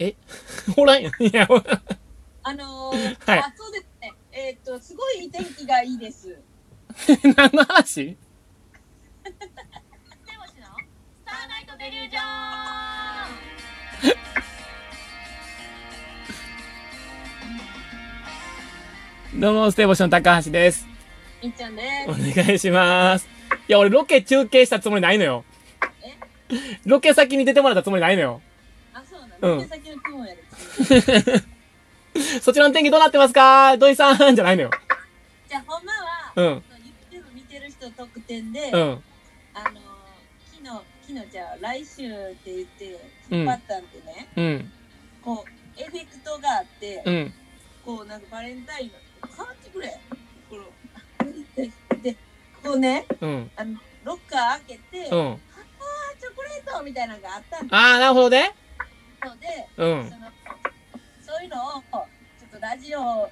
え おらんよ。いや、お あのーはいあそうですね。えーっと、すごい天気がいいです。何の話手星のスターナイトデリュージョンどうも、ステーボシの高橋です。みっちゃんねお。願いします。いや、俺ロケ中継したつもりないのよ。ロケ先に出てもらったつもりないのよ。あ、そうなんだ。うん手先の雲やで。そちらの天気どうなってますか土井さんじゃないのよ。じゃあ、ほんまは、うん。 YouTube 見てる人特典で、うあのー、ん。昨日、昨日じゃあ、来週って言って、うん引っ張ったんでね、うん。こう、エフェクトがあって、うん。こう、なんかバレンタインの、変わってくれ。この、で、こうね、うん。あの、ロッカー開けて、うん。あ、チョコレートみたいなのがあったんでああ、なるほどね。すので、うんそ。のそういうのをちょっとラジオも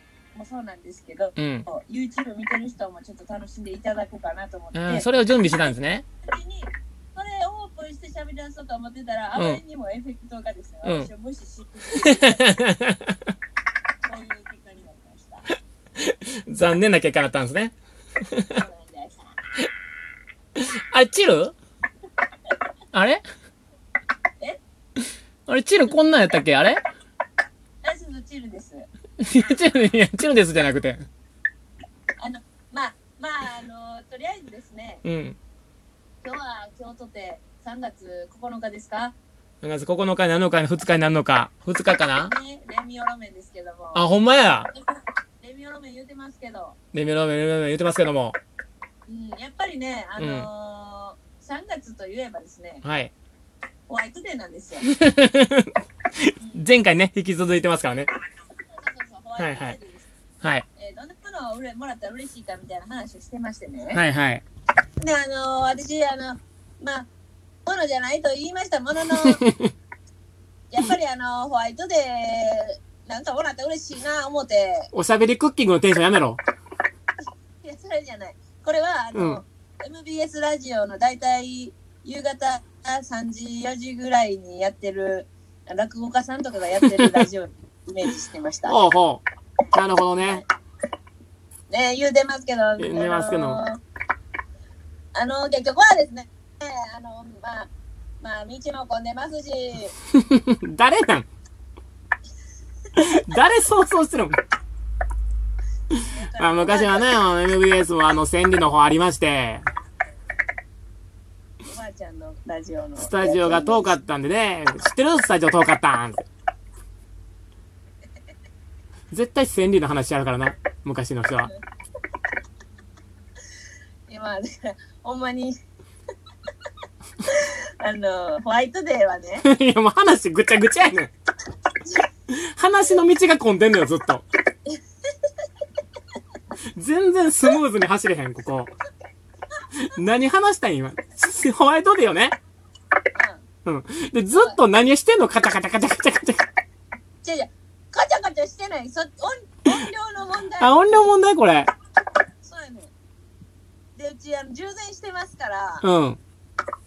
そうなんですけどうん。 YouTube 見てる人もちょっと楽しんでいただこうかなと思って、うん、それを準備してたんですね。先にそれをオープンして喋り出そうと思ってたら、うんあまりにもエフェクトがですね、うん私を無視して、こういう結果になりました。残念な結果だったんですね。そうなんですあれ、チルあれえあれ、チルこんなんやったっけあれラジオのチルです。チル、いや、チルですじゃなくて。あの、まあ、まあ、あの、とりあえずですね、うん。今日は今日とて3月9日ですか9月9日になるのか、2日になるのか。2日かなね、レミオロメンですけども。あ、ほんまや。レミオロメン言うてますけど、レミロメロメロメ言ってますけども。うん、やっぱりね、あのー3月といえばですね、はい。ホワイトデーなんですよ。前回ね、引き続いてますからね。そうそうそう、ホワイトデーです。はい。えーどんなものをうれもらったら嬉しいかみたいな話をしてましてね。はいはい。で、あのー私、あの、まあ、ものじゃないと言いました ものの、やっぱりあのホワイトデー、なんかもらったら嬉しいな、思って、おしゃべりクッキングのテンションやめろ。いや、それじゃない。これは、あうんの、MBS ラジオの大体、夕方3時、4時ぐらいにやってる、落語家さんとかがやってるラジオイメージして ました。ほうほう。なるほどね。 ね、言うてますけど。言うてますけどあのあの、結局はですね、ねあの、まあ、まあ、道も混んでますし、誰なん 誰想像してるのあ昔はね、あの MBS もあの、千里の方ありまして、おばあちゃんのラジオの。スタジオが遠かったんでね、知ってるスタジオ遠かったん絶対千里の話やるからな、昔の人は。 今、だからほんまに、 あの、ホワイトデーはね、いや、もう話ぐちゃぐちゃやねん。話の道が混んでんのよ、ずっと。全然スムーズに走れへん、ここ。何話したいん今。ホワイトデーよね。うん。うん。で、ずっと何してんのカチャカチャカチャカチャカチャ。じゃじゃ、カチャカチャしてない。そ音音量の問題。あ、音量問題これ。そうやねん。で、うち、あの、充電してますから、うん。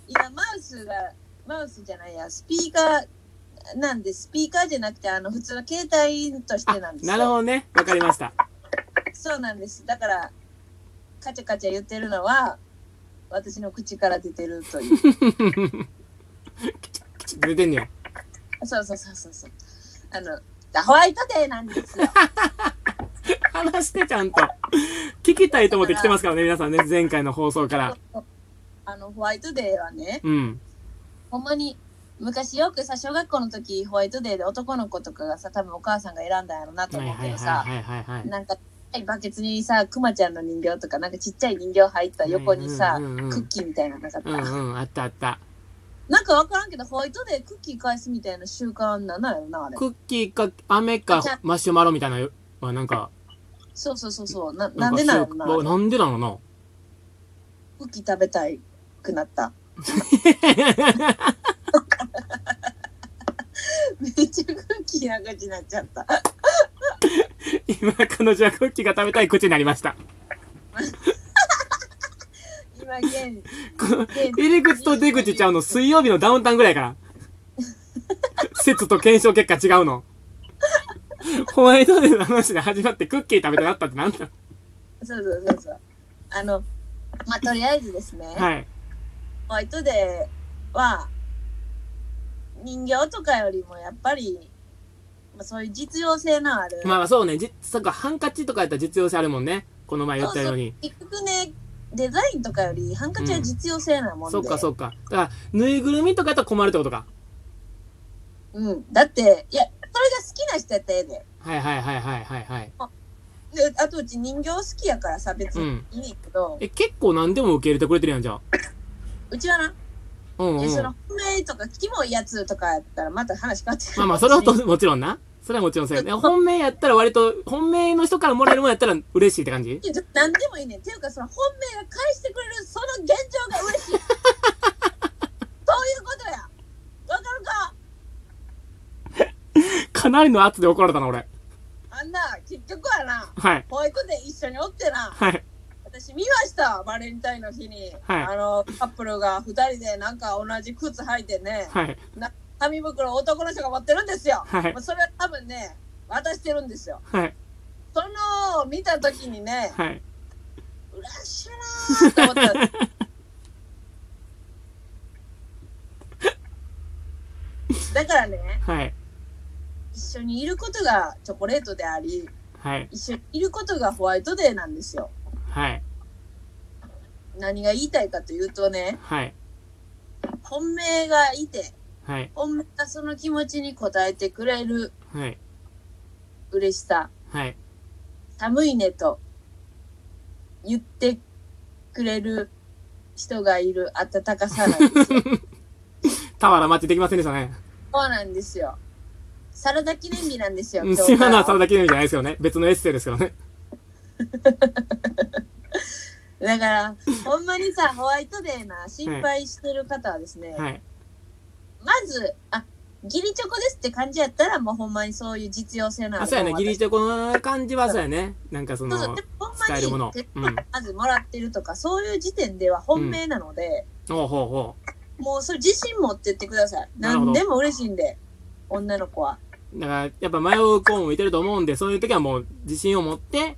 今、マウスが、マウスじゃないや、スピーカーなんで、スピーカーじゃなくて、あの、普通の携帯としあてなんですよ。なるほどね。わかりました。そうなんです。だから、カチャカチャ言ってるのは、私の口から出てる という。出てんねよ。そうそうそうそうそう。あの、ホワイトデーなんですよ。話してちゃんと。聞きたいと思って来てますからね、皆さんね。前回の放送から。あの、ホワイトデーはね、うん。ほんまに昔よくさ小学校の時ホワイトデーで男の子とかがさ多分お母さんが選んだんやろなとはい思うはけいどはさいはいはいはい。なんかバケツにさクマちゃんの人形とかなんかちっちゃい人形入った横にさ、うんうんうんうんクッキーみたいなのなかった、うんうん、あったあった。なんかわからんけどホワイトデークッキー返すみたいな習慣なんなんやろなあれクッキーか、飴かじゃ、マシュマロみたいなのは、なんか、そうそうそうそうななんでなんやろなかそうなんでなのな。クッキー食べたいくなった めっちゃクッキーな感じになっちゃった今、彼女はクッキーが食べたい口になりました。今現入り口と出口ちゃうの、水曜日のダウンタウンぐらいから。説と検証結果違うの。ホワイトデーの話で始まってクッキー食べたなったってなんだそうそうそうそう。あの、まあ、とりあえずですね、はい。ホワイトデーは、人形とかよりもやっぱり、まあ、そういう実用性のある。まあそうね、実、そっか、ハンカチとかやったら実用性あるもんね。この前言ったように。結局ね、デザインとかより、ハンカチは実用性なもんで。そっかそっか。だから、ぬいぐるみとかやったら困るってことか。うん。だって、いや、それが好きな人やったらええで。はいはいはいはいはいはい。で、あとうち人形好きやからさ、別うにんいいねんけど、え、結構何でも受け入れてくれてるやん、じゃあ。うちはな、うんういやそのん。不明とかキモいやつとかやったらまた話変わってくるまあまあ、それはともちろんな。それはもちろんそうやね。本命やったら割と、本命の人からもらえるもんやったら嬉しいって感じ何でもいいねんていうかその本命が返してくれるその現状が嬉しいそういうことやわかるかかなりの圧で怒られたな、俺。あんな結局はなはい。保育で一緒におってなはい。私見ましたバレンタインの日に、はいあのカップルが2人でなんか同じ靴履いてねはい。な紙袋を男の人が持ってるんですよ、はいもうそれは多分ね渡してるんですよはい。その見た時にねはい。うらっしゃらーって思ったんです だからね、はい。一緒にいることがチョコレートであり、はい。一緒にいることがホワイトデーなんですよ。はい。何が言いたいかというとね、はい。本命がいて、はい。本命がその気持ちに応えてくれるはい。嬉しさ、はい。寒いねと言ってくれる人がいる温かさなんですよ。俵マッチできませんでしたね。そうなんですよ。サラダ記念日なんですよ、うん今日島かのらサラダ記念日じゃないですけどね。別のエッセイですけどね。だから、ほんまにさ、ホワイトデーな心配してる方はですね、はい。まず、あ、ギリチョコですって感じやったら、もうほんまにそういう実用性のああ、るそうやね。ギリチョチョコの感じはそうやね。なんかそコ。そうそうので、もほん使えるものまに、手元がまずもらってるとか、そういう時点では本命なので、おうほうほもうそれ自信持ってってください。なるほど何でも嬉しいんで、女の子は。う。だから、やっぱ迷う子もいてると思うんで、そういう時はもう自信を持って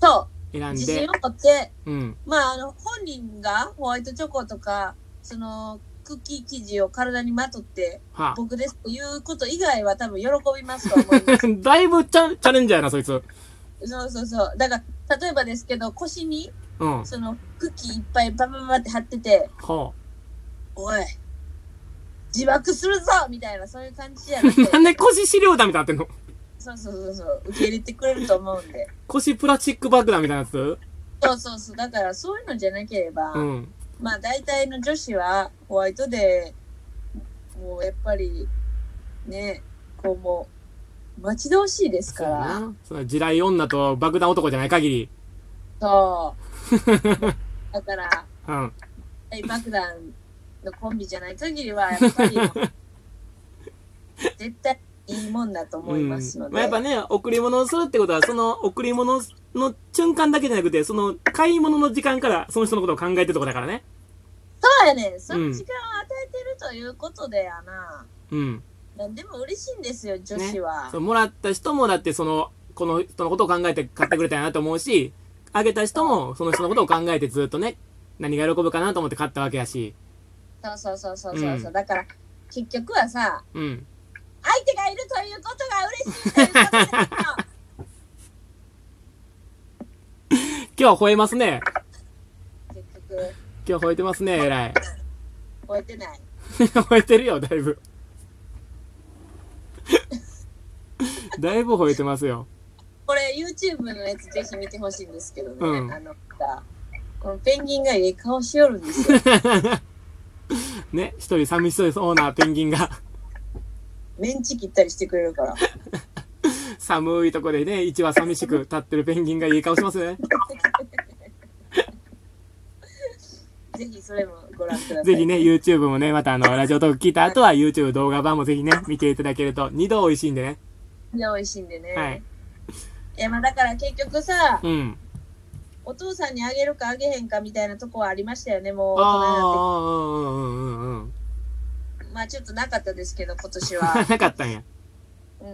そ選う、ん自信でを。持って、うん。まあ、あの、本人がホワイトチョコとか、その、クッキー生地を体にまとって、はあ。僕ですっていうこと以外は多分喜びますと思います。 だいぶチャチャレンジャーやな、そいつ。 そうそうそう。だから、例えばですけど、腰に、うん。その、クッキーいっぱいバババって貼ってて、ほおい、自爆するぞみたいな、そういう感じじゃなく てう。、なんで腰資料だみたいになってんのそうそうそうそう、受け入れてくれると思うんで。腰プラスチックバッグだみたいなやつそうそうそう、だからそういうのじゃなければ、うん。まあ大体の女子は、ホワイトで、もうやっぱり、ね、こうもう、待ち遠しいですそうかやら、な。その地雷女と爆弾男じゃない限り。そう。だから、うん。大爆弾のコンビじゃない限りはやっぱり絶対いいもんだと思いますのうんで、まあ、やっぱね、贈り物をするってことは、その贈り物の瞬間だけじゃなくて、その買い物の時間からその人のことを考えてるとこだからね。そうやねんその時間を与えてるということでやな、うん。なん、でも嬉しいんですよ女子は、そうもらった人もだって、その、この人のことを考えて買ってくれたんやなと思うし、あげた人もその人のことを考えてずっとね、何が喜ぶかなと思って買ったわけやし。そうそうそうそうそう、うんだから結局はさうん。相手がいるということが嬉しいということですよ今日は吠えますね。結局今日吠えてますね、えらい。 超えてない吠えてるよ、だい ぶ。だいぶ吠えてますよ。これ YouTube のやつぜひ見てほしいんですけどね、うんあのさこのペンギンがええ顔しよるんですよね、一人寂しそうなペンギンがメンチ切ったりしてくれるから寒いとこでね、一羽寂しく立ってるペンギンがいい顔しますね。ぜひそれもご覧ください。ぜひね、YouTube もね、またあの、ラジオトーク聞いた後は YouTube 動画版もぜひね、見ていただけると二度美味しいんでね。いや。美味しいんでね。はい。いや、まあだから結局さ、うん。お父さんにあげるかあげへんかみたいなとこはありましたよね、もう大人になっああー、うんうんうんうん。て。まあちょっとなかったですけど、今年は。なかったんや。うん。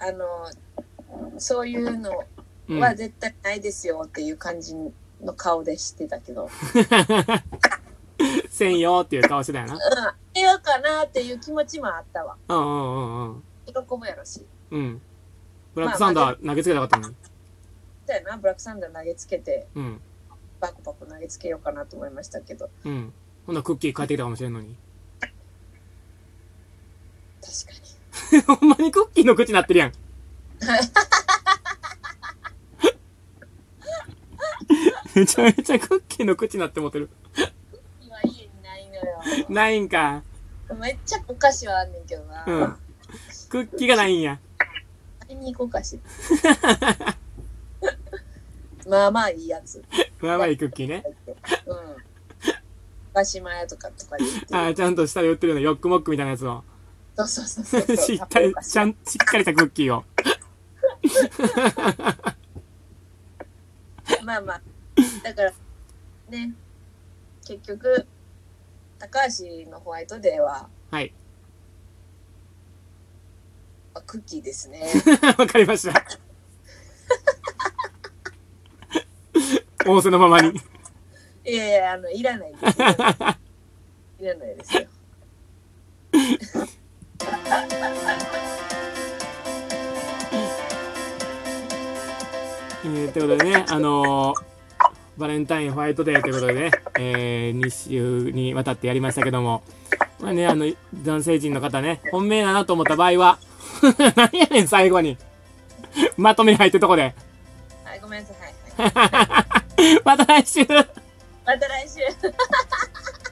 あの、そういうのうん。は絶対ないですよっていう感じの顔でしてたけど。せんよっていう顔してたよな。うん。ええかなっていう気持ちもあったわ。うんうんうんうん。喜ぶやろし。うん。ブラックサンダー投げつけたかったのに。だよな、ブラックサンダー投げつけて、うん。バコバコ投げつけようかなと思いましたけど。うん。ほんならクッキー帰ってきたかもしれんのに。確かに。 ほんまにクッキーの口になってるやん。めちゃめちゃクッキーの口になって持ってる。今家にないのよ。ないんか。めっちゃお菓子はあんねんけどな。うん。クッキーがないんや。買いに行こうかしら。まあまあいいやつ。まあまあいいクッキーね。うん。鹿島屋とかとかで言ってああ、ちゃんと下で売ってるの。ヨックモックみたいなやつを。 そうそうそうそうそう。しっかり、ちゃん、しっかりしたクッキーを。 まあまあ。だから、ね。結局、高橋のホワイトデーは、はい。 まあクッキーですね。わかりました。仰せのままに。いやいや、あの、いらないですよ。いらないですよ。えー、ということでね、あのーバレンタインホワイトデーということでね、えー、2週にわたってやりましたけども、まあね、あの、男性陣の方ね、本命だなと思った場合は、 何やねん、最後に。まとめに入ってるとこで。はい、ごめんなさい。はい、はい。また来週また来週。